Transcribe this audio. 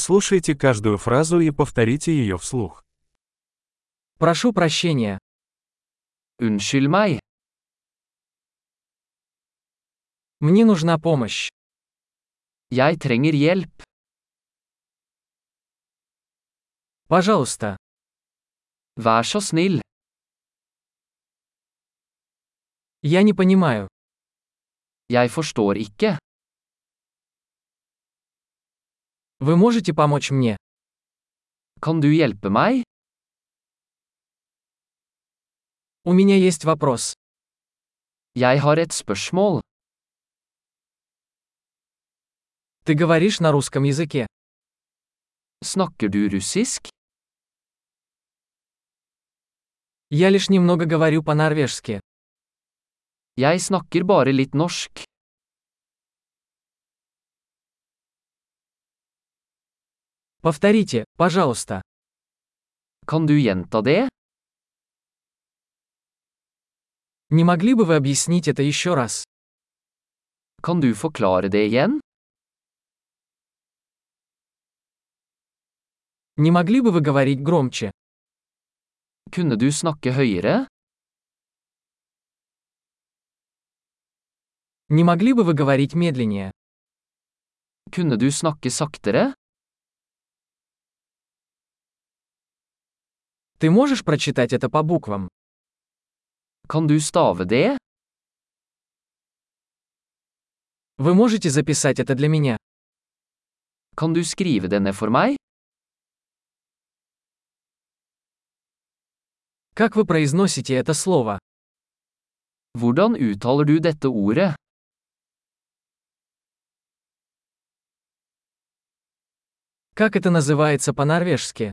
Прослушайте каждую фразу и повторите ее вслух. Прошу прощения. Unnskyld meg, Мне нужна помощь. jeg trenger hjelp. Пожалуйста. Vær så snill, Я не понимаю. jeg forstår ikke. Вы можете помочь мне? Kan du hjelpe meg? У меня есть вопрос. Jeg har et spørsmål. Ты говоришь на русском языке. Snakker du russisk? Я лишь немного говорю по-норвежски. Jeg snakker bare litt norsk. Повторите, пожалуйста. Kan du gjenta det? Не могли бы вы объяснить это еще раз? Kan du forklare det igjen? Не могли бы вы говорить громче? Kunne du snakke høyere? Не могли бы вы говорить медленнее? Kunne du snakke saktere? Ты можешь прочитать это по буквам? Kan du stave det? Вы можете записать это для меня? Kan du skrive det ned for meg? Как вы произносите это слово? Hvordan uttaler du dette ordet? Как это называется по-норвежски?